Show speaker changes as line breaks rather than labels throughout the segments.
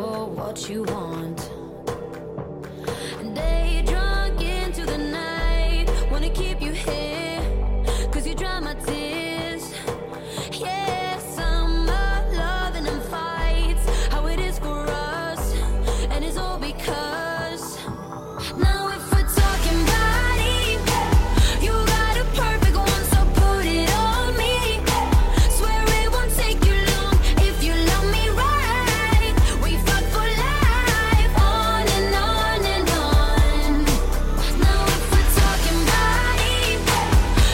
what you want. Day drunk into the night. Wanna keep you here, cause you dry my tears. Yeah, summer loving and fights. How it is for us, and it's all because. Now if we're talking body, you got a perfect one, so put it on me. Swear it won't take you long if you love me right. We fuck for life, on and on and on. Now if we're talking body,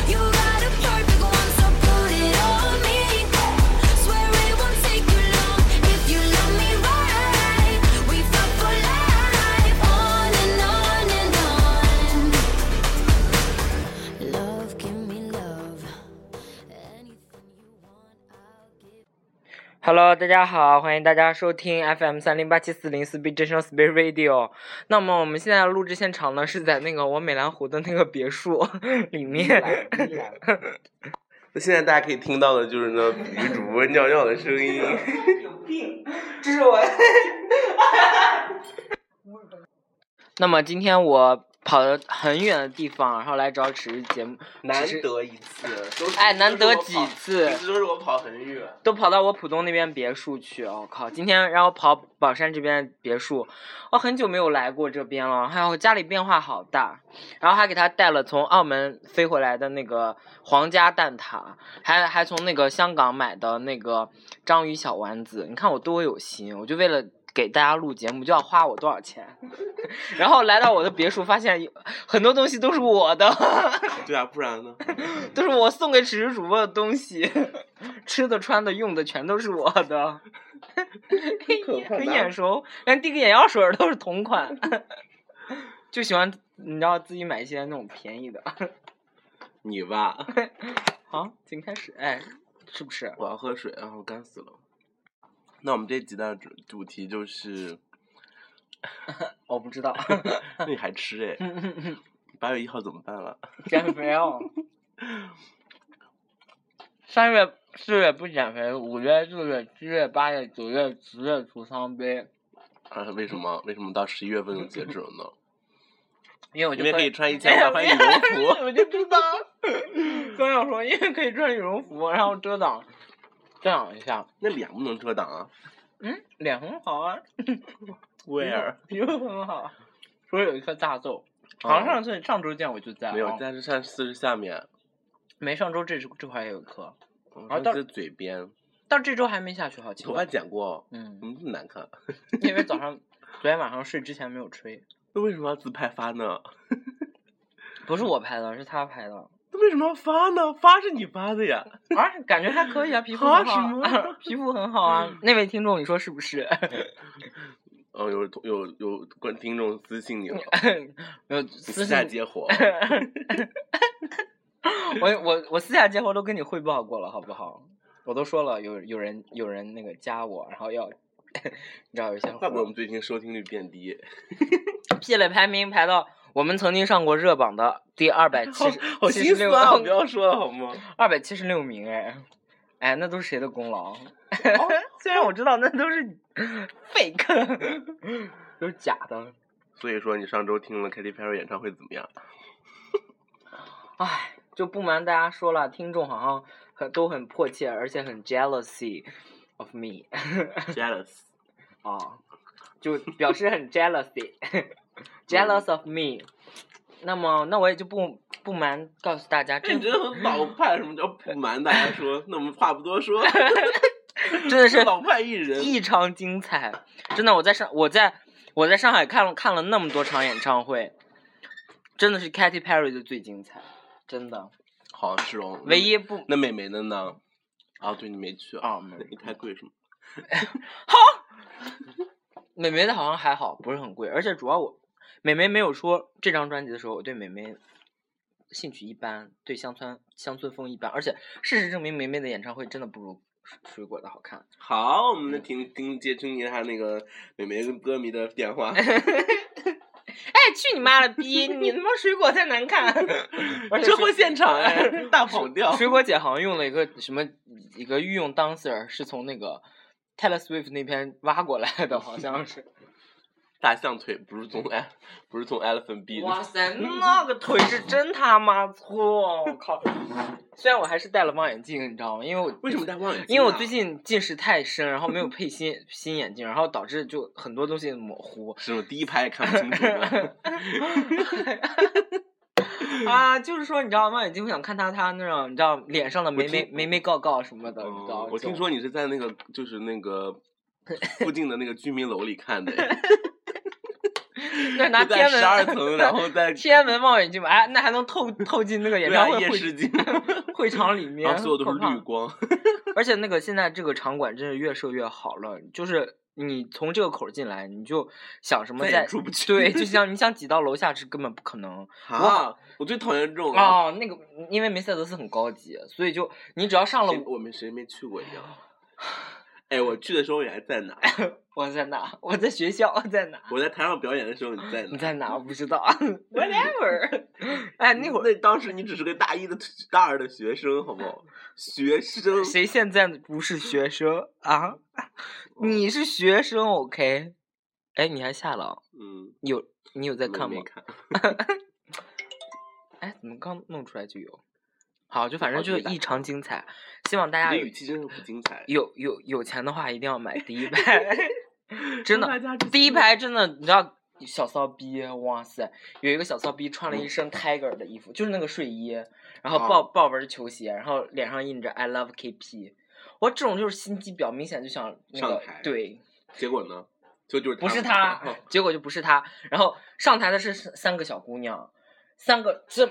you got a perfect one, so put it on me. Swear it won't take you long if you love me right. We fuck for life, on and on and on. Love, give me love. Anything you want, I'll give.
Hello，大家好，欢迎大家收听 FM 三零八七四零四 B 真声 Space Radio。那么我们现在的录制现场呢，是在那个我美兰湖的那个别墅 里面。
那现在大家可以听到的就是呢，比喻 主播尿尿的声音。
这是我，
那么今天我跑了很远的地方，然后来找只是节目，
难
只是
得一次，都是
哎难得
都是
几
我跑
次
一直都是我跑很远。
都跑到我浦东那边别墅去。我、靠，今天让我跑宝山这边的别墅，我、很久没有来过这边了。还有家里变化好大，然后还给他带了从澳门飞回来的那个皇家蛋挞，还还从那个香港买的那个章鱼小丸子。你看我多有心，我就为了。给大家录节目就要花我多少钱， 然后来到我的别墅，发现有很多东西都是我的，
对啊，不然呢？
都是我送给此时主播的东西， 吃的、穿的、用的全都是我的，
可怕
很
了
眼熟，连滴个眼药水儿都是同款， 就喜欢你知道自己买一些那种便宜的。
你吧，
好，请开始，哎，是不是？
我要喝水，然后干死了。那我们这集的主主题就是，
我不知道，
那你还吃哎？ 八月一号怎么办了？
减肥哦。三月、四月不减肥，五月、六月、七月、八月、九月、十月除伤悲，
啊，为什么？为什么到十一月份就截止了呢？
因为我
因
就
为
喝
可 以穿一千八穿羽绒服。
我就知道。刚要说，因为可以穿羽绒服，然后遮挡，遮挡一下。
那脸不能遮挡啊。
嗯，脸很好啊，
威尔
皮肤很好，所以有一颗大痘。好像上次上周见我就在，
哦嗯没有
哦，
但是上次是下面，
没上周这这块也有一颗，啊
上
到
次是嘴边，
但这周还没下去，好奇
头发
怪。
剪过，怎
嗯，
么这么难看？
因为早上 昨天晚上睡之前没有吹，
那为什么要自拍发呢？
不是我拍的，是他拍的，
那为什么要发呢？发是你发的呀。
啊，感觉还可以啊，皮肤
好
很好
使
啊，皮肤很好
嗯
啊。那位听众，你说是不是？
哦，有有有观听众私信你了，
没有
你
私
私下
信
接活。
我我我私下接活都跟你汇报过了，好不好？我都说了，有有人有人那个加我，然后要， 你知道有一些
怪不得
活
我们最近收听率变 低，
屁了排名排到我们曾经上过热榜的第二百七十
好
七十
心酸
六
啊！不要说了好 吗？
二百七十六名哎哎，那都是谁的功劳？
哦
虽然我知道那都 是 fake，都是假的。
所以说你上周听了 Katy Perry 演唱会怎么 样？
唉，就不瞒大家说了，听众好像很都很迫切，而且很 jealousy of me。
Jealous，
哦，就表示很
嗯
jealousy，jealous of me。那么，那我也就不不瞒告诉大家，这
这哎你真的很老派，什么叫不瞒大 家说？那我们话不多 说，
真的是
老派艺人。
异常精彩，真的，我在上我在我在上海看了看了那么多场演唱会，真的是 Katy Perry 的最精彩，真的，
好，是哦。
唯一不
那美眉的呢？啊，对你没去啊？
啊，美
你太贵是吗？
美眉的好像还好，不是很贵，而且主要我美眉没有说这张专辑的时候，我对美眉兴趣一般，对乡村乡村风一般，而且事实证明，美眉的演唱会真的不如水水果的好看。
好，我们来听听接听一下那个美眉跟歌迷的电 话。
哎，去你妈了逼！你他妈水果才难看，
车祸现场哎，大跑调。
水果姐好像用了一个什么一个御用 dancer，是从那个 Taylor Swift 那边挖过来的，好像是。
大象腿不是 从 e 不是从 elephant B，
哇 塞，那个腿是真他妈粗，哦我靠！虽然我还是戴了望远镜，你知道吗？因为我
为什么戴望远镜啊？
因为我最近近视太深，然后没有配新 新眼镜，然后导致就很多东西模 糊
是我第一排也看不清楚 的。
啊。就是说，你知道望远镜会想看他他那种，你知道脸上的眉眉
听
眉眉告告什么的，你知道
哦
吗？
我听
就
说你是在那个就是那 个附近的那个居民楼里看的，
那拿
就在
天
十二
文
层，然后在
天安门望远镜吧，哎，那还能透透进那个演
对
唱
啊
会
夜
会
视镜，
会场里面，
然后所有都是
可怕
绿光。
而且那个现在这个场馆真是越设越好了，就是你从这个口儿进来，你就想什么
再也
在
出不去
对，就像你想挤到楼下是根本不可能。
啊！我最讨厌这种了。
哦，那个因为梅赛德斯很高级，所以就你只要上了
谁，我们谁没去过一样。哎，我去的时候你还在哪？
我在哪？我在学校，我在哪？
我在台上表演的时候你在
你
哪？
在哪？我不知道 ，whatever。哎，那会儿
那当时你只是个大一的、大二的学生，好不好？学生，
谁现在不是学生啊？你是学生，OK？哎，你还下了？
嗯，
有你有在看
没
吗
没？看，
哎，怎么刚弄出来就有？好，就反正
好
就
就打
异常精彩，希望大
你
家
这
有
语气真的不精彩。
有有有钱的话一定要买第一 排，真
大
的，
家这
第一排真的，你知道小骚逼，哇塞，有一个小骚逼穿了一身 Tiger 的衣服，就是那个睡衣，然后
嗯啊
豹豹纹球鞋，然后脸上印着 I love KP，我这种就是心机婊，明显就想那
上
个
台
对，
结果呢？哦就就是嗯
不是他， 结果就不是他。然后上台的是三个小姑娘，三个这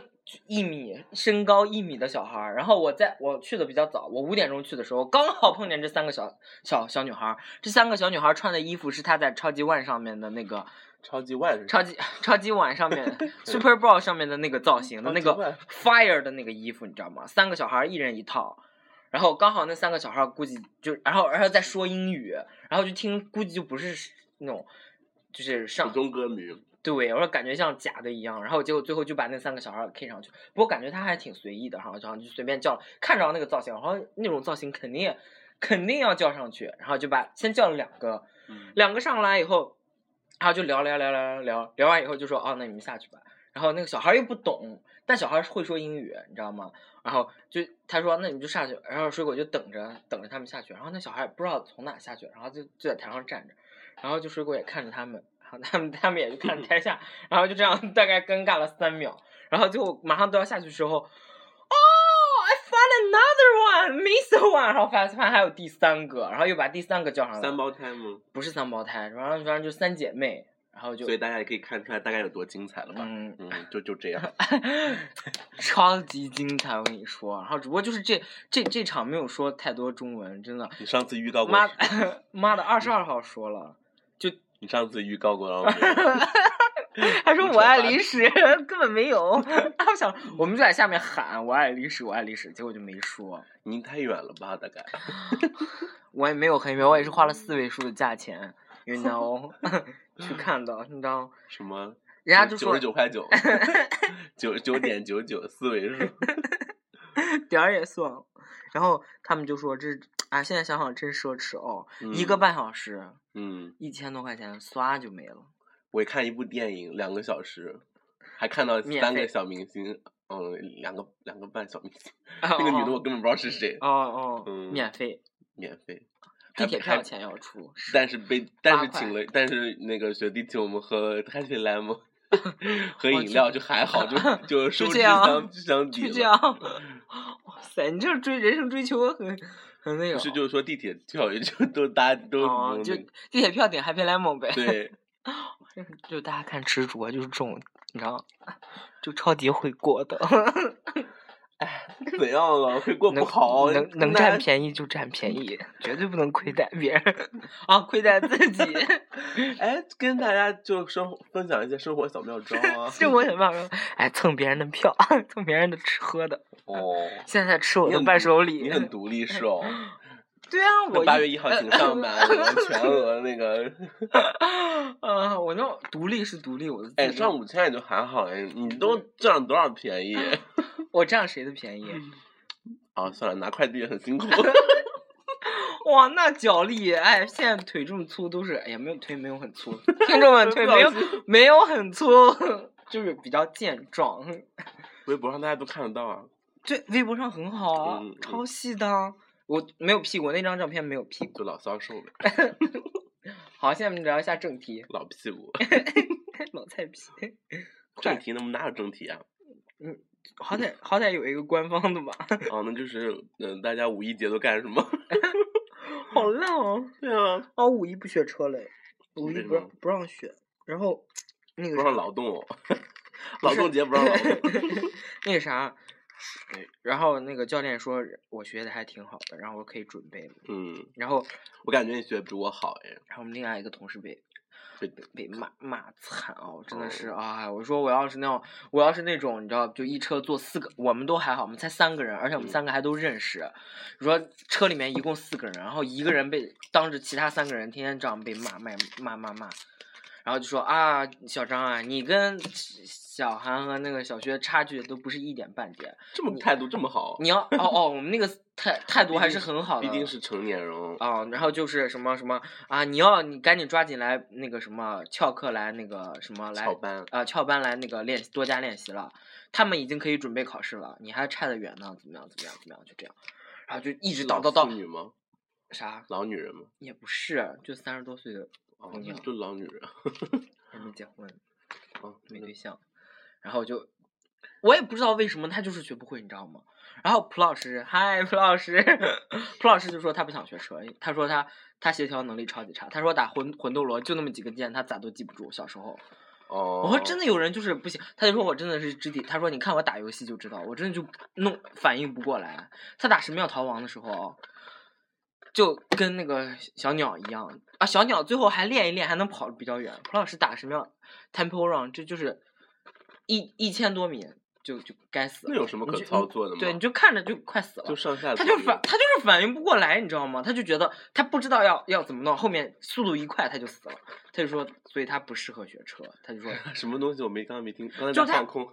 一米身高一米的小孩儿。然后我在我去的比较早，我五点钟去的时候，刚好碰见这三个小小小女孩儿。这三个小女孩儿穿的衣服是她在超级万上面的那个
超级万是
超级 超级碗上面 Super Bowl 上面的那个造型的
超
那
级
个
碗
Fire 的那个衣服，你知道吗？三个小孩儿一人一套，然后刚好那三个小孩儿估计就，然后然后再说英语，然后就听估计就不是那种。就是上
普通歌迷，
对，我说感觉像假的一样，然后结果最后就把那三个小孩儿给 K 上去。不过感觉他还挺随意的哈，然后就随便叫了，看着那个造型，然后那种造型肯定也肯定要叫上去，然后就把先叫了两个，
嗯
两个上来以后，然后就聊聊聊聊聊聊完以后就说哦，那你们下去吧。然后那个小孩儿又不懂，但小孩儿会说英语，你知道吗？然后就他说那你就下去，然后水果就等着等着他们下去，然后那小孩儿不知道从哪下去，然后就就在台上站着，然后就水果也看着他们，然后他们他们也就看着台下，然后就这样大概尴尬了三秒，然后就马上都要下去的时候，哦，I found another one，miss one，然后发现发现还有第三个，然后又把第三个叫上来，
三胞胎吗？
不是三胞胎，然后反正就三姐妹，然后就
所以大家也可以看出来大概有多精彩了吧？
嗯，
嗯，就就这 样。
超级精彩，我跟你说。然后只不过就是这这这场没有说太多中文，真的。
你上次预告过
妈，妈的，二 十二号说了，
你上次预告过了吗，
他说
嗯你
我爱
扯淡
零食， 根本没有。 啊我想，我们就在下面喊我爱零食，我爱零食，结果就没说。
您太远了吧？大概
我也没有很远，我也是花了四位数的价钱，you know，去 看的，你知道。
什么？
人家就
九
说
十九 块九，九九点九九四位数。
点儿也算。然后他们就说这，啊，现在想想真奢侈哦， 一个
嗯
半小时
嗯，
一千多块钱，唰就没了。
我看一部电影两个小时，还看到
免
三
费
个小明星，嗯，两个两个半小明星。那个女的我根本不知道是谁，
哦哦，哦
嗯
免费，
免费。
地
还
铁
还
票钱要出。
但是被但
八
是请
块
了，但是那个学弟请我们喝 Happy Lemon 和
我
饮
去
料，就还好， 就就收
这
支
样
相相抵
就
了。
这样， 哇塞，你这追人生追求很很那
不
个。
是就是说地铁票也就都搭都
哦，
不
就地
那个
铁票点 Happy Lemon 呗。
对，
就大家看执着就是这种，你知道，就超级会过 的，
怎样了？会过不
能
好，
能能
那
占便宜就占便宜，绝对不能亏待别人 啊，亏待自 己。
哎，跟大家就生活分享一些生活小妙招 啊。
这我想办法，哎，蹭别人的票，蹭别人的吃喝的。
哦，
现在吃我
你
的
很
伴
独
手
你
礼。
很独立是哦。
对啊， 我
那八月一号请上班，我们全额那个。
啊，我那独立是独立，我的。
哎，上五千也就还好哎，你都
嗯
占了多少便宜？嗯
我占谁的便宜？
啊，算了，拿快递也很辛苦。
哇，那脚力，哎，现在腿这么粗都是，哎呀，没有腿没有很粗，听众 们腿没有没有很粗，就是比较健壮。
微博上大家都看得到啊。
对，微博上很好啊，
嗯嗯
超细的啊。我没有屁股，那张照片没有屁股。
就老骚瘦呗，
好，现在我们聊一下正题，
老 屁股。
老菜皮。快
正题那么哪有正题啊？
好歹好歹有一个官方的吧，
哦，那就是嗯、大家五一节都干什么？
好烂哦！
对啊，
哦，五一不学车嘞，五一
为
不
什么
让不让学，然 后那
不
个
让
啥
劳动哦，劳动节不让劳 动。
那个啥，哎然后那个教练说我学的还挺好的，然后我可以准备了，
嗯，
然后
我感觉你学得比我好哎，
然后我们另外一个同事被
对
被骂骂惨哦，真的是啊、哎！我说我要是那种，我要是那种，你知道，就一车坐四个，我们都还好，我们才三个人，而且我们
嗯
三个还都认识。你说车里面一共四个人，然后一个人被当着其他三个人天天这样被骂骂骂骂骂，然后就说啊，小张啊，你跟小韩和那个小薛差距都不是一点半点，
这么态度这么好，
嗯你要哦哦，我们那个态态度还是很好的，
毕竟是成年人哦。
啊、然后就是什么什么啊，你要你赶紧抓紧来那个什么翘课来那个什么来
翘班，
啊、翘班来那个练习多加练习了，他们已经可以准备考试了，你还差得远呢，怎么样怎么样怎么样，就这样，然后就一直叨叨
老妇女
叨
吗？
啥
老女人吗？
也不是，就三十多岁的
哦
姑娘，
就老女人。
还没结婚，
哦，
没对象，然后就我也不知道为什么他就是学不会，你知道吗？然后蒲老师，嗨，蒲老师， 蒲老师就说他不想学车，他说他他协调能力超级差，他说打魂魂斗罗就那么几个键，他咋都记不住。小时候，
哦，
我说真的有人就是不行，他就说我真的是肢体，他说你看我打游戏就知道，我真的就弄反应不过来。他打神庙逃亡的时候，就跟那个小鸟一样啊，小鸟最后还练一练，还能跑得比较远。蒲老师打神庙 Temple Run，这就是一一千多米就就该死了。
那有什么
你
可
就
操作的吗？
对，你就看着就快死了。
就上下左
他
右，
就反他就是反应不过来，你知道吗？他就觉得他不知道要要怎么弄，后面速度一快他就死了。他就说，所以他不适合学车。他就说，
什么东西我没刚才没听，刚才
就
在
他
放空，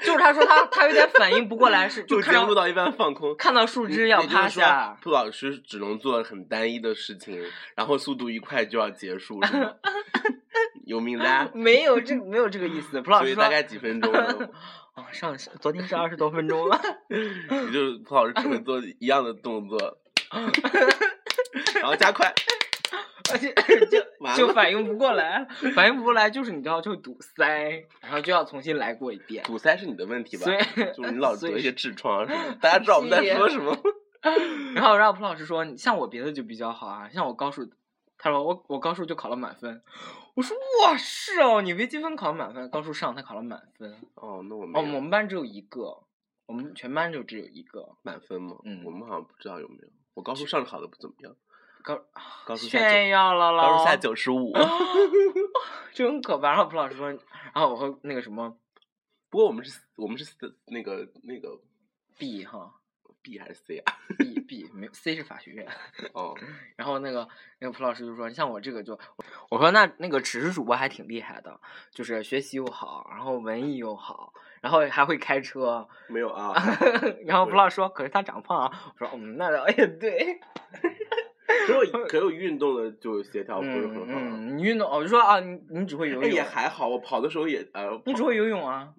就是他说他他有点反应不过来， 是就
录
看
节目
到
到一半放空。
看到树枝要
也就是
趴
说
下，
兔老师只能做很单一的事情，然后速度一快就要结束，是吗 有名单。
没有这没有这个意思。蒲老
啊所
师
以
说
大，概几分钟 呢？
哦，上昨天是二十多分钟 了，
也就是兔老师只会做一样的 动作，然后加快，
而且
完
就
了
反应不过来，反应不过来就是你知道就堵塞，然后就要重新来过一遍。
堵塞是你的问题吧
所以？
就是你老
所以
得一些痔疮啊什 么的，大家知道我们在说什么？
然后让蒲老师说，你像我别的就比较好啊，像我高数，他说我我高数就考了满分。我说哇是哦，你微积分考了满分，高数上他考了满分。
哦，那我
哦，我
们有
们班只有一个，我们全班就只有一个
满分吗？
嗯
我们好像不知道有没有。我高数上考的不怎么样，啊
高
高数下九
炫耀了啦，
高数下九十 五。
真可怕。然后蒲老师说，然后我和那个什么
不过我们是，我们是四那个那个
B 哈
B 还是 C 啊？
B B 没有 C 是法学院。
哦，
然后那个那个蒲老师就说，像我这个就，我说那那个只是主播还挺厉害的，就是学习又好，然后文艺又好，然后还会开车。
没有啊。
然后蒲老师说，可是他长胖啊。我说嗯，那倒也 对。
可有可有运动的就协调哦不是
嗯
很好。
嗯，你运动，我就说啊，你你只会游
哎也
泳，
还好，我跑的时候也呃，
你只
跑
会游泳啊？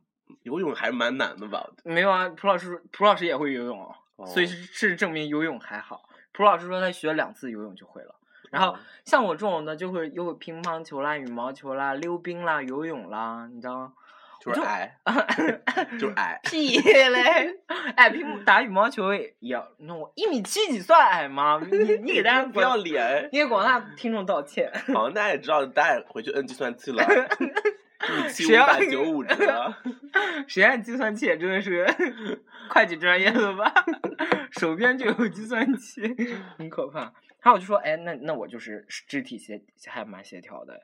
游泳还是蛮难的吧？
没有啊，蒲老师蒲老师也会游泳，啊所以
哦
是是证明游泳还好。蒲老师说他学了两次游泳就会了。然后
哦
像我这种的，就会又会乒乓球啦、羽毛球啦、溜冰啦、游泳啦，你知道吗？
就是矮，就是矮。
屁嘞！哎，乒打羽毛球也要，那我一米七几算矮吗？你你给大家
不要
广，
脸，
你给广大听众道歉。
好像大家也知道，大家也回去摁计算器了，一七
谁
五
要
打九五折，啊
谁按计算器也真的是 会计专业的吧？ 手边就有计算器， 很可怕。还有就说，哎，那那我就是肢体协还蛮协调的。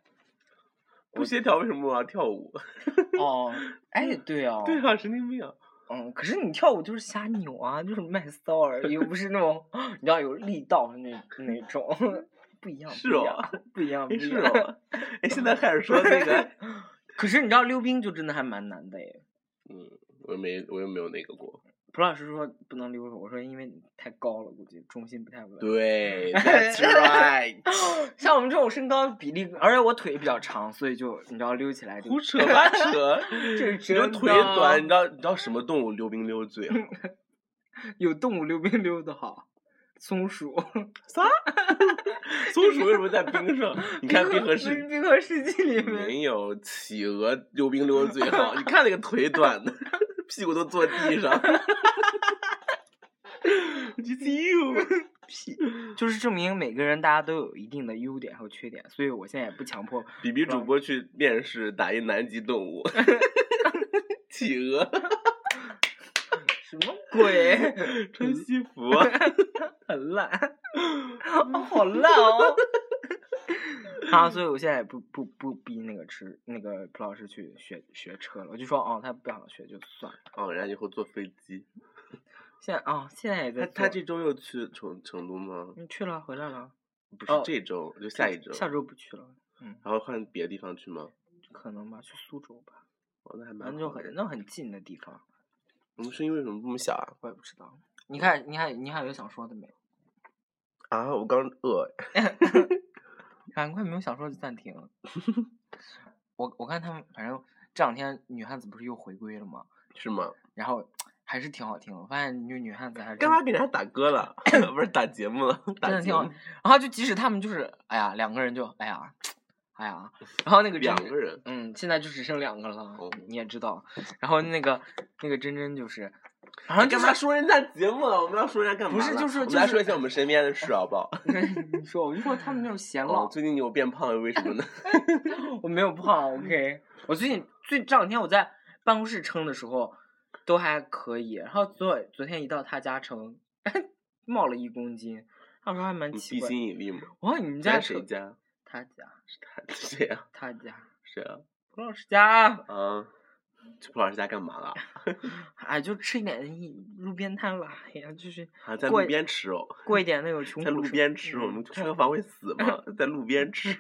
不协调为什么我要跳舞？
哦，哎，对哦，
对啊，神经病啊！
嗯，可是你跳舞就是瞎扭啊，就是卖骚而已，又不是那种你要有力道的那那种， 不一样，
是
不一
哦
样，不一 样，不
哎
一
是
样。
哦，哎，现在开始说 那 个，
可是你知道溜冰就真的还蛮难的耶，
嗯，我又没我又没有那个过，
蒲老师说不能溜着，我说因为你太高了，估计重心不太稳。
对 ，That's right，
像我们这种身高比例，而且我腿比较长，所以就你知道溜起来就
胡 扯八 扯，
这是
你就
真的
腿短，你知道你知道什么动物溜冰溜啊 最好？
有动物溜冰溜的好，松鼠。
啥？松鼠为什么在冰 上？你看冰河世
冰河世纪里面，
没有企鹅溜冰溜的最好，你看那个腿短的，屁股都坐地上。
屁，就是证明每个人大家都有一定的优点和缺点，所以我现在也不强 迫。
比比主播去面试，打印南极动 物，企鹅
什么鬼？嗯
穿西服， 啊
很烂，哦好烂 哦！啊，所以我现在也不不不逼那个吃那个蒲老师去学学车了，我就说哦，他不想学就算了。
哦，人家以后坐飞机。
现在哦，现在也在
他
做
他这周又去成成都吗？
嗯去了回来了，
不
哦
是这周，就下一周。
下周不去了，嗯，
然后换别的地方去吗？
可能吧，去苏州吧，
哦，那还
反
蛮
正就
好的
很那很近的地方，
我们声音为什么这么小啊？
我也不知道。你看，你看，你还有想说的没？
啊，我刚饿。
赶快没有想说就暂停。 我我看他们，反正这两天女汉子不是又回归了吗？
是吗？
然后还是挺好听的，我发现女女汉子还是真
干嘛给人家打歌 了？不是打节目了，打
真的
节
挺好
目。。
然后就即使他们就是，哎呀，两个人就，哎呀，哎呀，然后那个
两
真
个人，
嗯，现在就只剩两个了，啊
哦
你也知道。然后那个那个真真就是，好像就
干
是
嘛说人家节目了？我们要说人家干嘛
不
了？
是就是
我们
就
来
是
说一下我们身边 的事，好不好？
你说，我就说他们那种显
哦
老，，
最近你有变胖，为什么呢？
我没有胖，OK。我最近最这两天我在办公室称的时候都还可以，然后昨昨天一到他家称， 冒了一公斤，他说还蛮
你
奇
地
怪。
心引力吗？
我说你们家
在
称
谁？家？
他家，
谁呀？
他家，
谁啊？
蒲老师家。
啊？去蒲老师家干嘛了？啊
哎，就吃一点路边摊啦，哎呀，就是
啊，在
过
路边吃哦，
过一点那种穷
在
苦
路
生
边吃，我
嗯
们 开个房会死 吗？在路边吃，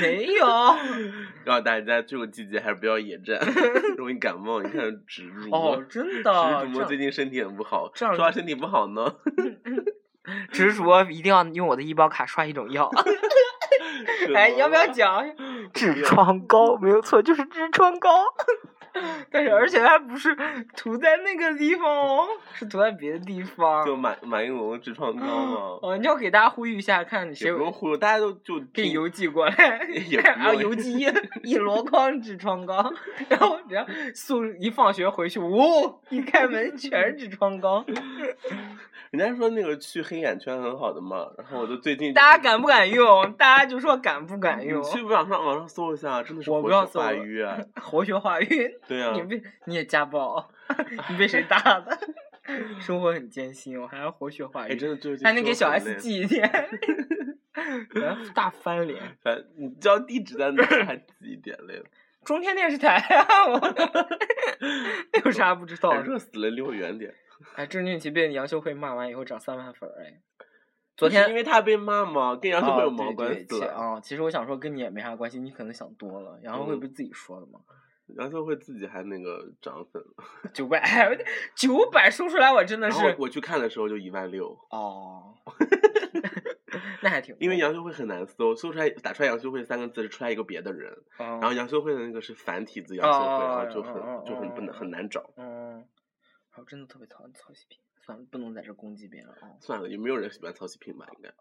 没有，
告诉大家这个季节还是不要 野战，容易感 冒。你看植主播，
哦，真
植
的，
主播最
这
近身体很不好，
这样
说他身体不好 呢，
直主播一定要用我的医保卡刷一种药， 哎，要不要
啊
讲？痔疮膏没有错，就是痔疮膏， 但是而且它不是涂在那个地方哦，是涂在别的地方。
就马马应龙痔疮膏嘛，
哦，你要给大家呼吁一下，看谁
也不用
有
忽悠，大家都就
给你
听
邮寄过来，
也不
然后
用
邮 寄一一箩筐痔疮膏，然后然后送一放学回去，呜、一开门全是痔疮膏。
人家说那个去黑眼圈很好的嘛，然后我就最近
大家敢不敢用？大家就说敢不敢
你
用？
去网上网上搜一下，啊真的是
我
活
不要
血
搜
化
了
瘀啊，
活学化育，
对啊
你，被你也家暴，哦 你被谁打的？ 生活很艰辛，我还要活学化
哎，真
育，
的最近
还能给
生
小
活很
S
累。
寄一 天，然后大翻脸。
反正你知道地址在哪儿，还自己点累了。
中天电视台啊， 我有啥不知道
哎
的？
热死了，离我远点。
哎，郑俊琪被杨秀慧骂完以后涨三万粉儿哎。昨
不是
天
因为他被骂嘛，跟杨秀慧
哦
有毛
对
关
对
系
其
了。
啊、其实我想说跟你也没啥关系，你可能想多了。
嗯
杨秀慧不是自己说的吗？
杨秀慧自己还那个涨粉了，
九百，九百说出来我真的
然后
是
我去看的时候就一万六，
哦， 那还挺多，
因为杨秀慧很难搜，搜出来打出来杨秀慧三个字是出来一个别的人，
然
然后杨秀慧的那个是繁体字杨秀慧，然后就
哦哦哦
很就很不
哦
难
哦
很难找。
嗯，然后真的特别讨厌曹西平，算了，不能在这攻击别人啊、
算了，也没有人喜欢曹希平吧？应该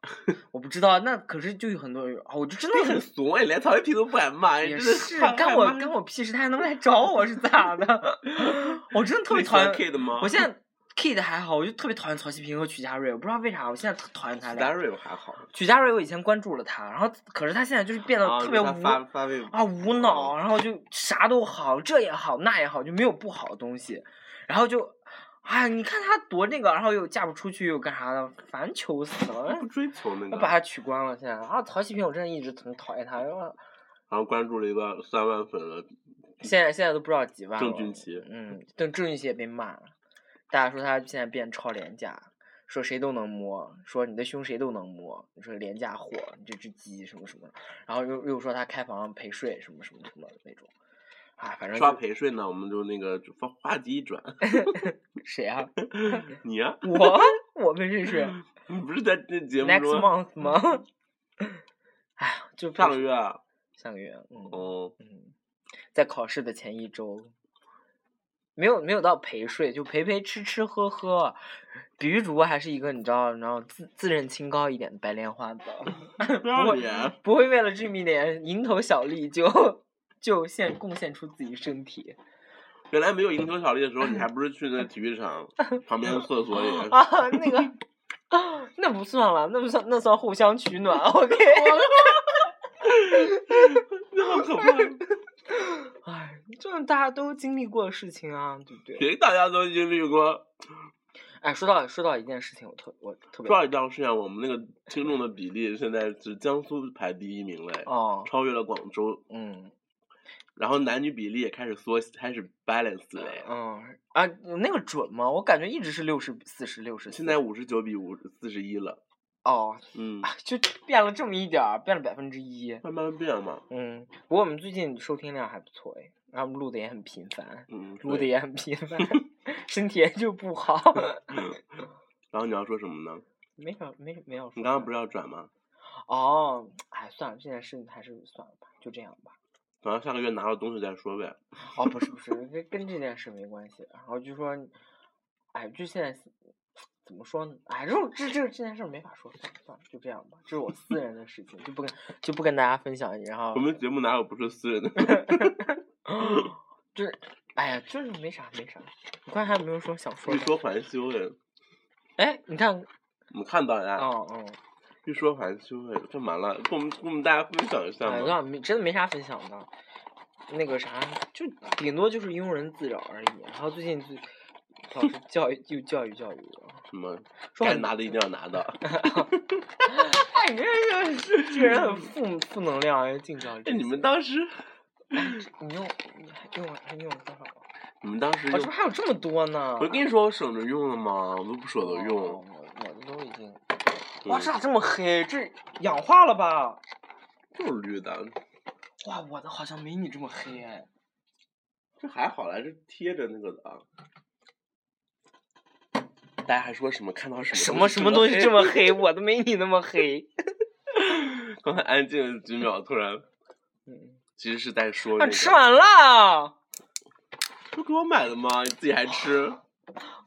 我不知道，那可是就有很多人，啊，我就真
你
的
很
很。
怂哎，连曹希平都不敢骂，你
也
真的
是干我干我屁事，他还能来找我是咋的？ 我真的特别讨厌
K 的吗？
我现 在 Kid 还好，我就特别讨厌曹希平和曲家瑞，我不知道为啥，我现在特讨厌他俩。
Starry 我还好，
曲家瑞我以前关注了他，然后可是他现在就是变得
啊
嗯特别
就他
无
发发微
啊无脑，然后就啥都好，这也好那也好，就没有不好的东西，然后就。哎呀，你看他多那个，然后又嫁不出去，又干啥的，烦求死了！
嗯不追求那
我
个，
把他取关了，现在啊，曹希平我真的一直很讨厌他，然
嗯
后
然后关注了一个三万粉了，
现在现在都不知道几万了。
郑钧齐。
嗯，但郑钧齐也被骂，大家说他现在变超廉价，说谁都能摸，说你的胸谁都能摸，你说廉价货，你这只鸡什么什么的，然后又又说他开房陪睡什么什么什么的那种，啊，反正
刷
就
陪睡呢，我们就那个就发话题一转，
谁啊？
你呀、
我 我们认识
你不是在那节目
next
中啊
month 吗？ 哎呀，就怕
上个月啊？
上个月，嗯
哦，
嗯，在考试的前一周，没有没有到陪睡，就陪陪吃吃喝喝。比如还是一个你知道，然后自自认清高一点的白莲花吧，
不要脸！
不会为了这么一点蝇头小利就就献贡献出自己身体。
原来没有蝇头小利的时候，你还不是去那体育场 旁边的厕所里？
啊，那个， 那不算了，那不算，那算互相取暖。OK，
那好可怕！
哎，这种大家都经历过的事情啊，对不对？
谁大家都经历过？
哎，说到说到一件事情，我特我特别
说到这件事啊情，我们那个听众的比例现在是江苏排第一名嘞，
哦，
超越了广州，
嗯
然后男女比例也开始缩，开始 balance 嘞。
嗯啊，那个准吗？我感觉一直是六十四十六十，
现在五十九比五四十一了，
哦，
嗯，
啊就变了这么一点儿，变了百分之一。
慢慢变嘛，
嗯，不过我们最近收听量还不错哎，然后我们录的也很频繁，
嗯，
录的
对。
也很频繁， 身体也就不好。
嗯然后你要说什么呢？
没有没有没有说完。
你刚刚不是要转吗？
哦，哎，算了，这件事情还是算了吧，就这样吧。
等到下个月拿到东西再说呗。
哦，不是不是，跟跟这件事没关系。然后就说，哎，就现在 怎么说呢？哎，这种这这这件事没法说，算了算了，就这样吧。这是我私人的事情，就不跟就不跟大家分享。然后
我，们节目哪有不是私人的？
就是，哎呀，就是没啥没啥。你刚才还有没有说想说
欲
的？
说还休哎，
哎，你看，
我们看到呀，
哦哦，
欲说还休哎，干嘛了？跟我们跟我们大家分享一下
哎，
嘛。
那没真的没啥分享的。那个啥，就顶多就是庸人自扰而已。然后最近就老 师教育又教育教育我。
什么
说
该
很
拿的一定要拿到，
哎，你这这这人很负负能量，还净教育
哎，。你们当时，
你用你还用了还用了多少？啊，
你们当时
怎么
用，
还有这么多呢？
我跟你说我省着用了吗？我都不舍得
哦
用。
我我的都已经。
对
哇，这咋这么黑？这氧化了吧？
就是绿的，
哇，我的好像没你这么黑哎。
这还好啦，这贴着那个的啊。大家还说什么看到什么
什么什么东西这么黑？我的没你那么黑。
刚才安静了几秒，突然
嗯，
其实是在说、那
啊，
个，
吃完了，
不给我买的吗？你自己还吃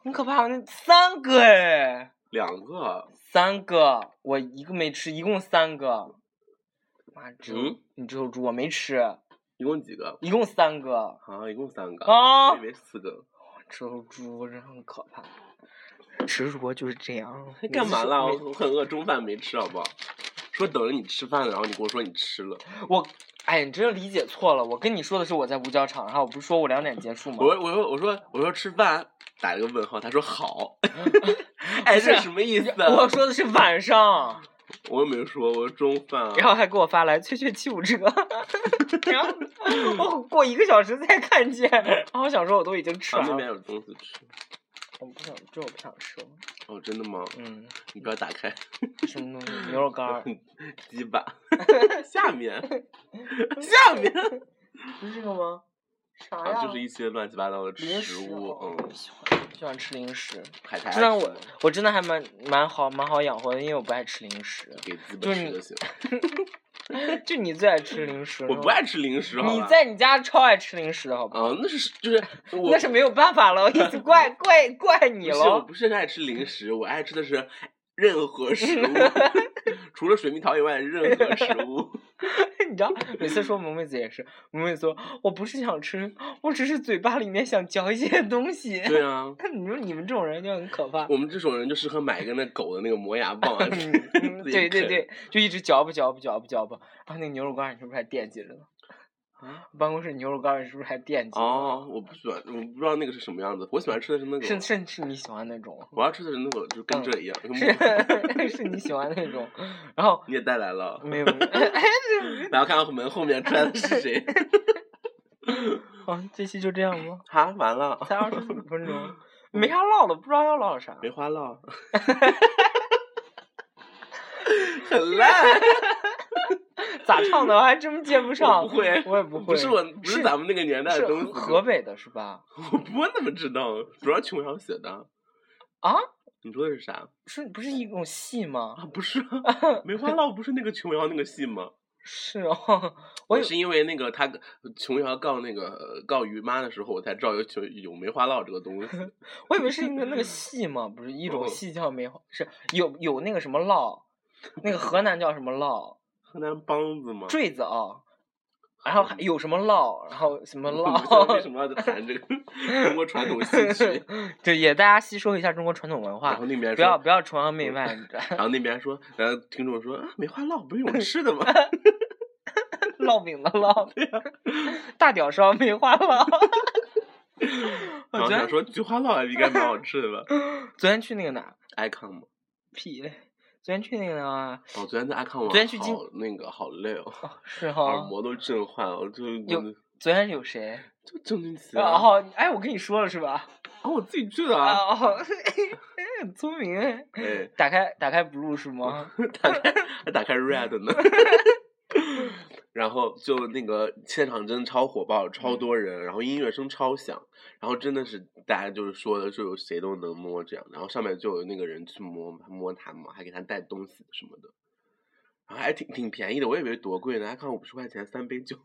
很可怕，那三个哎，
两个？
三个，我一个没吃，一共三个。妈，只有、
嗯
你只有猪，我没吃，
一共几个？
一共三个。
啊，一共三个。
啊
我以为四个。
吃猪真很可怕，执着就是这 样。每
干
次
嘛
说
啦？
每
我我很饿，中饭没吃，好不好？说等着你吃饭呢，然后你跟我说你吃了。
我哎，你真的理解错了。我跟你说的是我在五角场，然后我不是说我两点结束吗？
我我说我说我说吃饭，打了个问号，他 说好。哎，
不是
这什么意思啊？
我说的是晚上，
我又没说，我说中饭啊。
然后还给我发来雀雀七五折， 然后我过一个小时才看见，然后我想说我都已经吃
啊
完
那边
了，
有东西吃。
我不想，这我不想吃了。
哦，真的吗？
嗯，
你不要打开，
什么东西？牛肉干 儿
鸡巴下面下面
不是这个吗？啥哎呀？
啊，就是一些乱七八糟的
零
食
食
物，
哦
嗯，
喜欢喜欢吃零食。
海苔啊
知
什
道
么
我
的。。
我真的还蛮蛮好蛮好养活的，因为我不爱吃零食
给资
就
本
是
吃
你
就行。
就你最爱吃零食，
我
是
不
吗
爱吃零食，好
你
吧
在你家超爱吃零食的好吧？
啊，那是就是我
那是没有办法了，我一直 怪怪怪你
不是我
了。
不是爱吃零食，我爱吃的是任何食 物，除了水蜜桃以外，任何食物。
你知道，每次说萌妹子也是，萌妹子说我不是想吃，我只是嘴巴里面想嚼一些东西。
对啊，
你说你们这种人就很可怕。
我们这种人就适合买一个那狗的那个磨牙棒啊，
嗯 嗯
自己
对对
啃
对，就一直嚼吧嚼吧嚼吧嚼吧，然后那个牛肉干儿你是不是还惦记着呢？
啊
办公室牛肉干儿你是不是还惦记着？
哦，我不喜欢，我不知道那个是什么样子。我喜欢吃的是那
是是
种，
是你喜欢那种？
我要吃的是那种，就跟这一样。跟木
是是你喜欢那种，然后
你也带来 了，
没有，没有哎，这
然后看看门后面出来的 是谁。
好，这期就这样吧，
哈，完了，
才二十五分钟，没
嗯
啥唠的，不知道要唠啥。
梅花 烙， 很烂。
咋唱的？我还真接不上。
我不会
我也不会。
不是我，不是咱们那个年代的东
是
西。
河北的是吧？
我我怎么知道？主要琼瑶写的。
啊，
你说的是啥
是不是一种戏吗？
啊？不 是啊，梅花烙不是那个琼瑶那个戏吗？
是哦， 我有
是因为那个他琼瑶告那个呃告于妈的时候，我才知道有琼有梅花烙这 个东西。
我以为是一个那个戏嘛，不是一种
嗯
戏叫梅花，是有有那个什么烙，那个河南叫什么烙，
河南梆子吗？
坠子啊，然后还
嗯
有什么烙，然后什么
为什
烙，
么要谈这个中国传统戏 曲？
就也大家吸收一下中国传统文
然
化
后，那边
哎不要
说，
不要崇洋媚外， 你知道
然后那边说，然后听众说，啊，梅花烙不是有吃的吗？
烙饼的烙， 大屌烧梅花 烙。 我
然后
昨
想
天
说菊花烙还应该蛮好吃 的吧
昨天去那个哪儿
？icon 嘛，
屁嘞，昨天去那个哪儿啊
哦，昨天在 icon 玩，
昨天去金
好那个好累哦，
哦是
耳
哈，
膜都震坏了，我就
有昨天有谁？
就郑钧齐
然
啊，
后哎，我跟你说了是吧？
哦，我自己去的啊，
啊，哦，很聪明哎。
哎，
打开打开 blue 是吗？
打开还打开 red 呢。然后就那个现场真的超火爆，
嗯
超多人，然后音乐声超响，然后真的是大家就是说的就有谁都能摸这样，然后上面就有那个人去摸摸它嘛，还给它带东西什么的，然后还挺挺便宜的，我以为多贵呢，还看五十块钱三杯酒，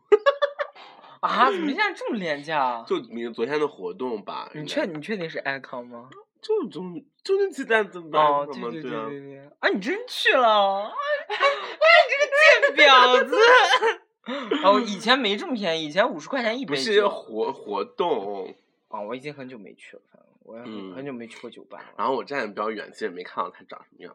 啊，怎么现在这么廉价啊？
就你昨天的活动吧，
你
应该
确你确定是 icon 吗？
就中就是鸡蛋怎么
哦，
办
对
嘛
对对
对啊
对，对，啊，你真去 了，哎哎，你这个贱婊子！ 哦，以前没这么便宜，以前五十块钱一
不
杯
是
酒。
活活动，
啊，我已经很久没去了，反正我也很
嗯
很久没去过酒吧了。
然后我站的比较远，其实也没看到它长什么样。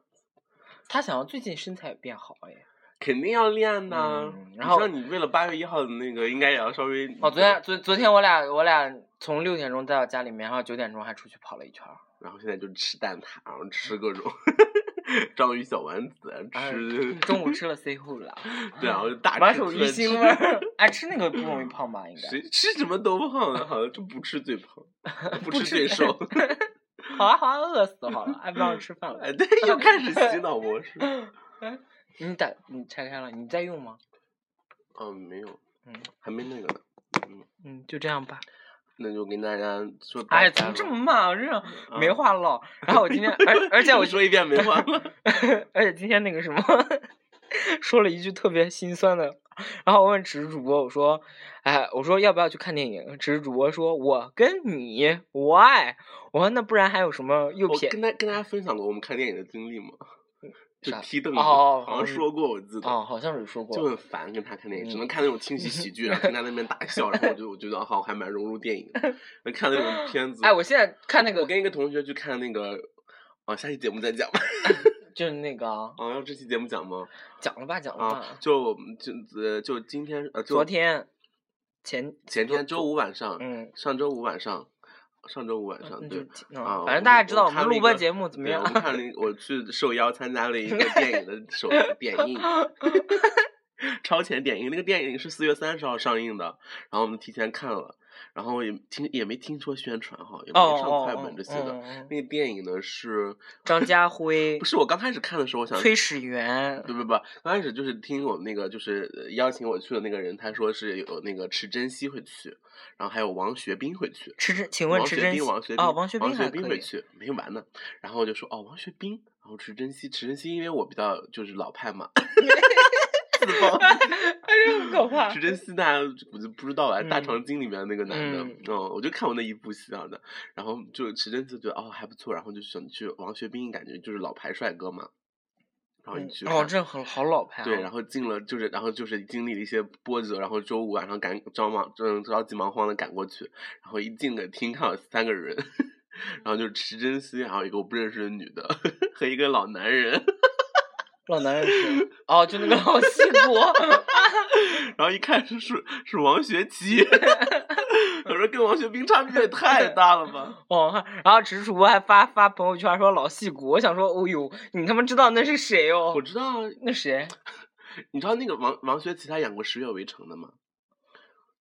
他想要最近身材也变好哎。
肯定要练呐、
嗯
你
然后
像你为了八月一号的那个，应该也要稍微。
哦，昨天。昨昨天我俩我俩从六点钟带到家里面，然后九点钟还出去跑了一圈儿。
然后现在就吃蛋挞，然后吃各种 章鱼小丸子，
哎
吃、
中午吃了 C 后 了，
对，
啊
然后就大
满
吃
手
特
鱼腥
吃
味 儿。哎，吃那个不 容易胖吧？应该。
谁吃什么都胖的，好像就不吃 最胖，不吃最瘦。
好啊好啊，饿死好 了，哎，不让吃饭了。
哎，对，又开始洗脑模式。
你打你拆开了，你在用吗？
嗯，没有，
嗯
还没那个呢。
嗯，就这样吧。
那就跟大家说拜拜
哎，
了。
怎么这么慢？我真是没
啊
话唠。然后我今 天，而而且我
你说一遍没话了。
而且今天那个什么， 说了一句特别心酸的。然后我问值日主播，我说：“哎，我说要不要去看电影？”值日主播说：“我跟你，我爱。”我说：“那不然还有什么又
我
便
跟大跟大家分享过我们看电影的经历 吗？就
啥
踢凳子，
哦哦哦
好像说过，我记得。
哦，好像是说
就
过。
很烦跟他看电影，
嗯
只能看那种清晰喜剧， 然后跟他那边大笑，然后我就我觉得好还蛮融入电影的。那看那种片子，
哎，我现在看那
我
个
跟一个同学去看那个，哦，下期节目再讲吧。
就是那个啊
哦，要这期节目讲吗？
讲了吧，讲了
啊
吧，。
就就呃就今天呃就
昨天前
前天周五晚上，
嗯，
上周五晚上，上周五晚上
嗯
对
就。
啊
嗯，
我
反正
们
大家
我
知道我
看
们
了一
录播
个
节目怎么
对
样
我。们看了一，我去受邀参加 了一个电影的首点映，超前点映。那个电影是四月三十号上映的，然后我们提前看了，然后也听也没听说宣传哈，也
哦
没上
哦
快
哦
本这，些的。
嗯嗯
那个电影呢是，
张家辉
不、是我刚开始看的时候，我想
崔始源
不，不不，刚开始就是听我们那个就是呃邀请我去的那个人，他说是有那个池珍熙会去，然后还有王学兵会去。
池珍，请问
王
池
学
珍
兵
熙
王学
哦，
兵
王学
王
兵
学
还
兵
可
回
以。
去没完呢，然后我就说哦，王学兵，然后池珍熙，池珍熙因为我比较就是老派 嘛，自爆。
哎呀，很可怕
池珍熙大家我就不知道哎，大
嗯
长今里面那个男的，
嗯
嗯我就看过那一部戏好像，然后就池珍熙觉得哦还不错，然后就想去王学兵，感觉就是老牌帅哥嘛，然后你去看、
哦，这很好老派啊。
对，然后进了就是，然后就是经历了一些波折，然后周五晚上赶着忙，嗯，着急忙慌的赶过去，然后一进了厅看有三个人，然后就是池珍熙，然后一个我不认识的女的和一个老男人，
老男人是哦，就那个老戏骨，
然后一看是是是王学 其，我说跟王学兵差距也太大了吧？
哦，然后直主播还发发朋友圈说老戏骨，我想说，哦呦，你他妈知道那是谁哦
我？知道啊，
那谁？
你知道那个王王学其他演过《十月围城》的吗？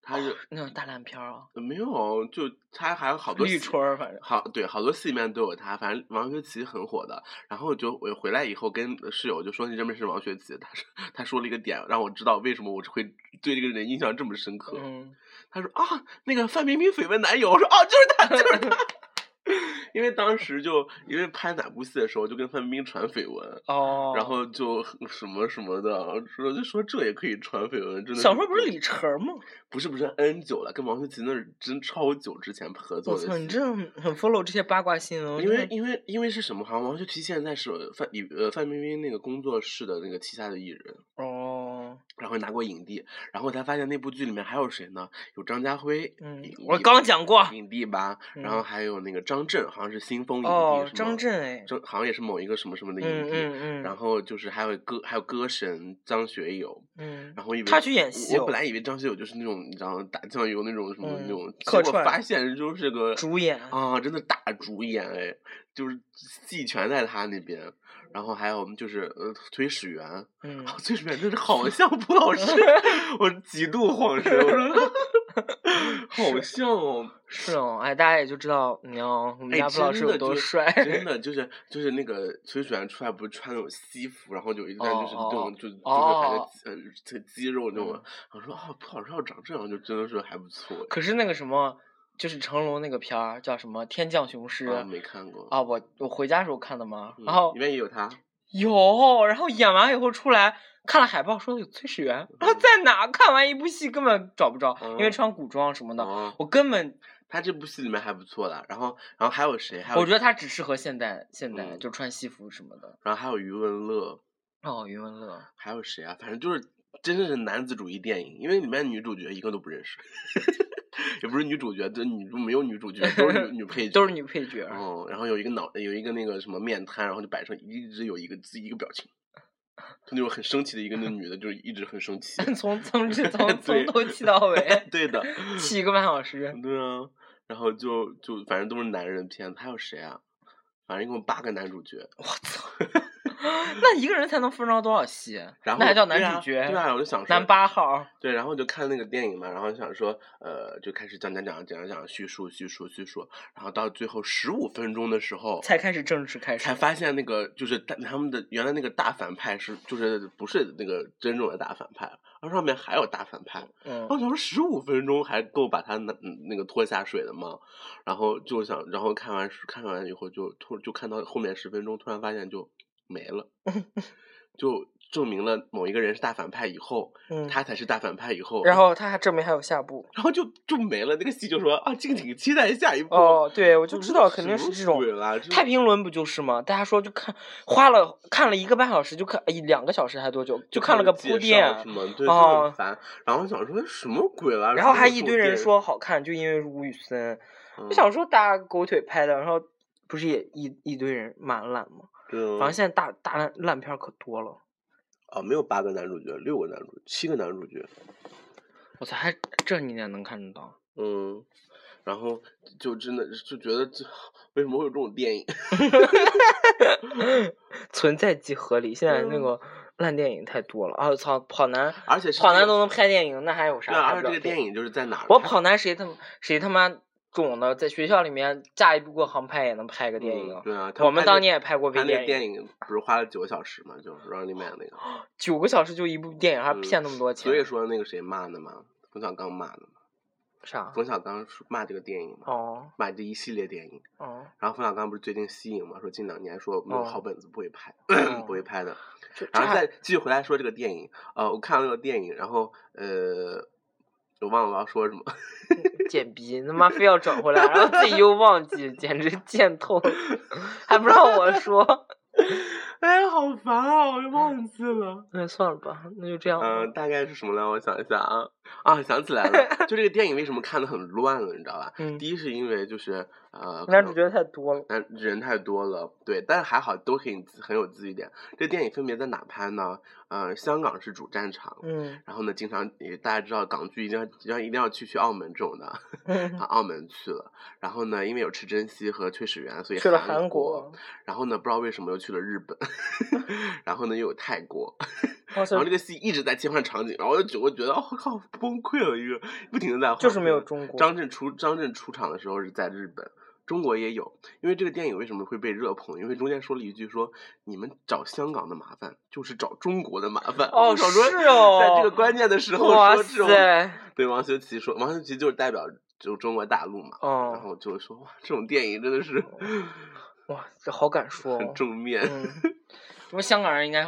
他是、
那种大烂片儿啊，
没有，就他还有好多
绿
戏
春儿，反正
好，对，好多戏里面都有他，反正王学圻很火的。然后我就我回来以后跟室友就说你认不认识王学圻？ 他说他说了一个点，让我知道为什么我会对这个人印象这么深刻。
嗯，
他说啊，那个范冰冰绯闻男友，我 说啊，就是他，就是他。 因为当时就因为拍哪部戏的时候就跟范冰冰传绯闻，
哦，
然后就很什么什么的，说就说这也可以传绯闻，真的。
小时候不是李晨儿吗？
不是不是 N 久了，跟王学圻那是真超久之前合
我
作的戏。
操，你这很很 follow 这些八卦新闻，我
因
真
为
的
因为因为是什么？好像王学圻现在是范李呃范冰冰那个工作室的那个旗下的艺人，
哦，
然后拿过影帝，然后才发现那部剧里面还有谁呢？有张家辉，
嗯
影，
我
帝
刚讲过
影帝吧，然后
嗯
还有那个张震，好像是新风影帝，
哦，
是吗
张，震哎，
张好像也是某一个什么什么的影
嗯
帝。
嗯嗯，
然后就是还有歌，还有歌神张学友，
嗯，
然后以为
他去演戏
我我
哦
本来以为张学友就是那种你知道打酱油那种什么那
嗯
种，结
客
果
串
发现就是个
主演，
啊，真的大主演哎，就是戏全在他那边。然后还有就是呃崔始源，
嗯，
啊崔始源真是好 像蒲老师，我几度恍神，我说好像哦，
是哦，哎，大家也就知道，你要我们
哎，
家蒲老师
真的
有多
就
帅，
真的就是就是那个崔始源出来不是穿那种西服，然后有一段就是那
哦
种
哦
就就是
哦
还是肌呃肌肉那种
嗯，
我说啊蒲老师要长这样就真的是还不错 哎，
可是那个什么，就是成龙那个片儿叫什么《天降雄狮》
啊没看过
啊，我我回家时候看的嘛，
嗯
然后
里面也有他，
有，然后演完以后出来看了海报，说有崔始源，然后
嗯
在哪看完一部戏根本找不着，因为
嗯
穿古装什么的，
哦
我根本
他这部戏里面还不错的，然后然后还有谁？还有
我觉得他只适合现代现代，
嗯
就穿西服什么的。
然后还有余文乐，
哦，余文乐，
还有谁啊？反正就是真的是男子主义电影，因为里面女主角一个都不认识， 也不是女主角，这女没有女主角，都是 女女配角，
都是女。配角。。
哦，然后有一个脑，有一个那个什么面瘫，然后就摆成一直有一个一个表情，就那种很生气的一个那女的，就是一直很生气
从从这从从
对，
头气到尾
对的，
气一个半小时。
对啊，然后就就反正都是男人片，还有谁啊？反正一共八个男主角，
我操，那一个人才能分着多少戏？
然后
那还叫
对
男
啊
主角？
对啊，我就想说
男八号。
对，然后就看那个电影嘛，然后想说，呃，就开始讲讲讲讲讲讲叙述叙述叙述，然后到最后十五分钟的时候，
才开始正式开始，
哦才发现那个就是大他们的原来那个大反派是就是不是那个真正的大反派，而上面还有大反派。
嗯
然后，想说十五分钟还够把他那那个拖下水的吗？然后就想，然后看完看完以后就突就看到后面十分钟，突然发现就没 了，就证明了某一个人是大反派以后，
嗯，
他才是大反派以后，
然后他还证明还有下部。
然后就就没了。那个戏就说啊，敬请期待下一部。
哦，对，我
我
就
说
知道
什
肯定是
么
这种。
鬼啦这
太平轮不就是吗？大家说就看花了看了一个半小时，就看一两个小时还多久，就看了个铺
介绍
垫
是，吗？对，就
哦
很烦。然后想说哎什么鬼啦？
然后
什么
还一
铺
堆人
垫，
说好看，就因为是吴宇森。
嗯
我小时候大狗腿拍的，然后不是也一一堆人骂烂吗？
对
反
啊
正现在大大烂烂片儿可多了，
啊，没有八个男主角，六个男主，七个男主角。
我操，还这你也能看得到？
嗯，然后就真的就觉得这为什么会有这种电影？
存在即合理，现在那
嗯
个烂电影太多了啊！我操，跑男，
而且是
跑
这
男
个
都能拍电影，那还有啥
对啊，
拍不
而且这
了
个
电
电
影？
影就是在哪儿？
我
它
跑男谁他妈谁他妈肿的，在学校里面架一部过航拍也能拍个电影
嗯
啊！
对啊，他
我们
拍那
当年也拍过
他
微
那个
电
电
影，
影不是花了九个小时嘛，就 Running Man 那个。
九个小时就一部电影，还
嗯
骗那么多钱？
所以说那个谁骂的嘛，冯小刚骂的嘛，
啥？
冯小刚说骂这个电影嘛，
哦
骂这一系列电影。
哦，
然后冯小刚不是最近息影嘛，说近两年说没有
哦
好本子不会拍，
哦
不会拍的。
这这
然后
还
再继续回来说这个电影，呃，我看了个电影，然后呃，我忘了我要说什么。
捡逼，他妈非要转回来，然后自己又忘记，简直贱 透了，还不让我说。
哎呀，好烦啊，我又忘记了。
那算了吧，那就这样吧。
嗯、大概是什么呢？我想一下啊，啊，想起来 了，就这个电影为什么看的很乱了，你知道吧？
嗯
第一是因为就是呃，可
男
能
主角太多了。
但人太多了，对，但是还好都很很有记忆点。这电影分别在哪拍呢？呃，香港是主战场，
嗯，
然后呢，经常也大家知道港剧一定要要一定要去去澳门这种的，
嗯
啊，澳门去了。然后呢，因为有池珍熙和崔始源，所以
去了
韩
韩国，
然后呢，不知道为什么又去了日本，然后呢又有泰国，
哇塞
然后这个戏一直在切换场景，然后我就我觉得哦我靠崩溃了，一个不停的在换
就是没有
片
中国
张震出张震出场的时候是在日本，中国也有，因为这个电影为什么会被热捧？因为中间说了一句说你们找香港的麻烦，就是找中国的麻烦。
哦
我想说
是哦
在这个关键的时候
哇
说这种，
塞，
对王学圻说，王学圻就是代表就中国大陆嘛。然
哦，
后就说哇，这种电影真的是
哇，这好敢说、
很
哦，
正面，
嗯，我们香港人应该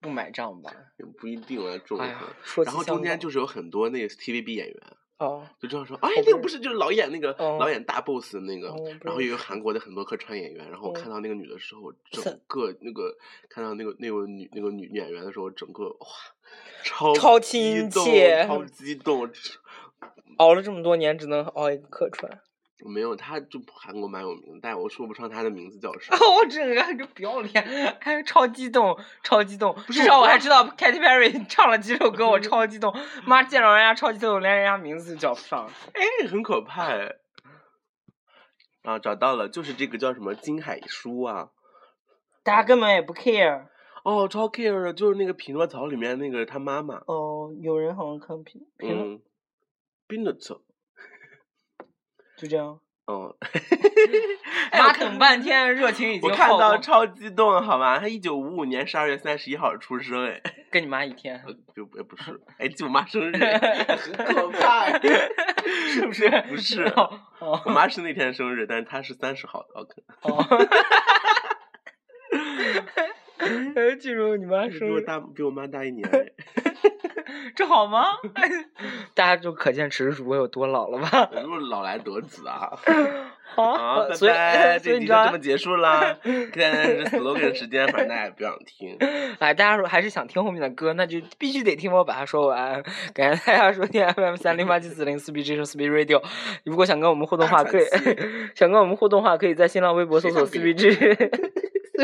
不买账吧？
也不一定啊，中
哎
和
呀，说起
然后
香
中间
港
就是有很多那个 TVB 演员，
哦，
就这样说，哎
我，
那个
不
不是就是老演那个、
哦
老演大 boss 的那个，
哦我不
然后
认
也有韩国的很多客串演员。然后我
哦
看到那个女的时候，
塞
整个那个看到那个那位女那个女演员的时候，整个哇，超
超
激
亲
动
切
超激动。
熬了这么多年，只能熬一个客串。
没有，她就韩国蛮有名，但我说不上她的名字叫啥
然。后 我整个还就不要脸，还超激动，超激动。
是
至少
我
我还嗯知道 Katy Perry 唱了几首歌，我超激动。妈，见着人家超激动，连人家名字都叫不上。
哎，很可怕哎。啊，找到了，就是这个叫什么金海淑啊，
大家根本也不 care。
哦，超 care 的，就是那个《匹诺曹》里面那个他妈妈，
哦，有人好像看评评论，
嗯，匹诺曹，
就这样。
嗯，
妈等半天，热情已经
我看
耗
到
光
超激动了，好吗？他一九五五年十二月三十一号出生，哎，
跟你妈一天，
就也不是，哎，记我妈生日，哎很可怕。哎
是不是？
不 是
哦
我
哦
妈是那天生日，但是她是三十号的。OK，
哦。哎记住你妈
比
生
我
日，
大，比我妈大一 年。哎
这好吗？ 大家就可见此时主播有多老了吧？
我就是老来得子 啊！
啊
好，，拜
所以
拜，
所以
这
你知
集就这
道
么，结 束啦。现在是 slogan 时间，反正大家也不想听。
哎，大家如果还是想听后面的歌，那就必须得听我把它说完。感谢大家收听 FM 三零八七四零四 B 之声 Speed Radio。如果想跟我们互动的话，
大
可以
喘
想跟我们互动的话，可以在新浪微博搜索 C
谁想
B 之 C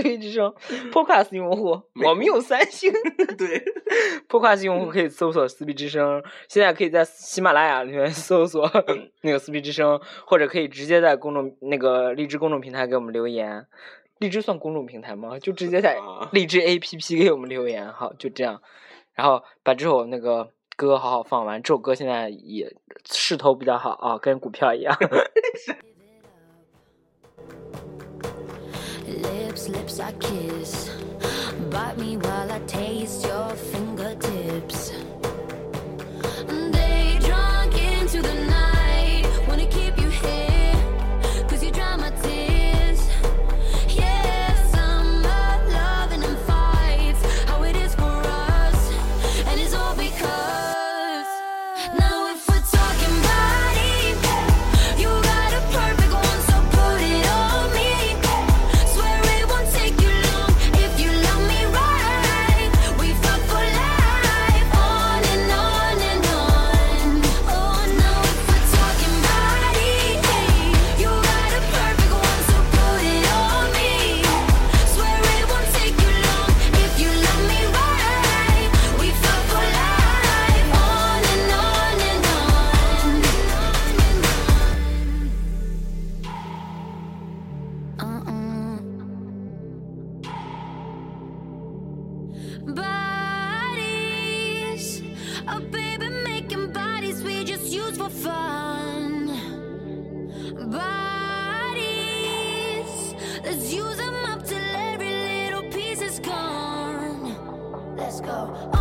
B 之 声 Podcast 用户，
没
我们有三星。
对，
Podcast 用户可以搜索“撕逼之声”，现在可以在喜马拉雅里面 搜索那个“撕逼之声”，或者可以直接在公众那个荔枝公众平台给我们留言。荔枝算公众平台吗？就直接在
啊
荔枝 APP 给我们留言，好，就这样。然后把这首那个歌好好放完，这首歌现在也势头比较好啊，跟股票一样。
Lips, lips I kiss. Bite me while I taste your fingertips. They drunk into the night. Wanna keep you here. Cause you dry my tears. Yeah, summer loving and fights. How it is for us. And it's all because. Now, if we're talking body, you got a perfect one, so put it on me. Swear it won't take you long if you love me right. We fuck for life, on and on and on. Oh, now if we're talking body, you got a perfect one, so put it on me. Swear it won't take you long if you love me right. We fuck for life, on and on and on. Uh-uh. Bodies, oh baby, making bodies we just use for fun. Bodies, let's use them up till every little piece is gone. Let's go. Oh, eh,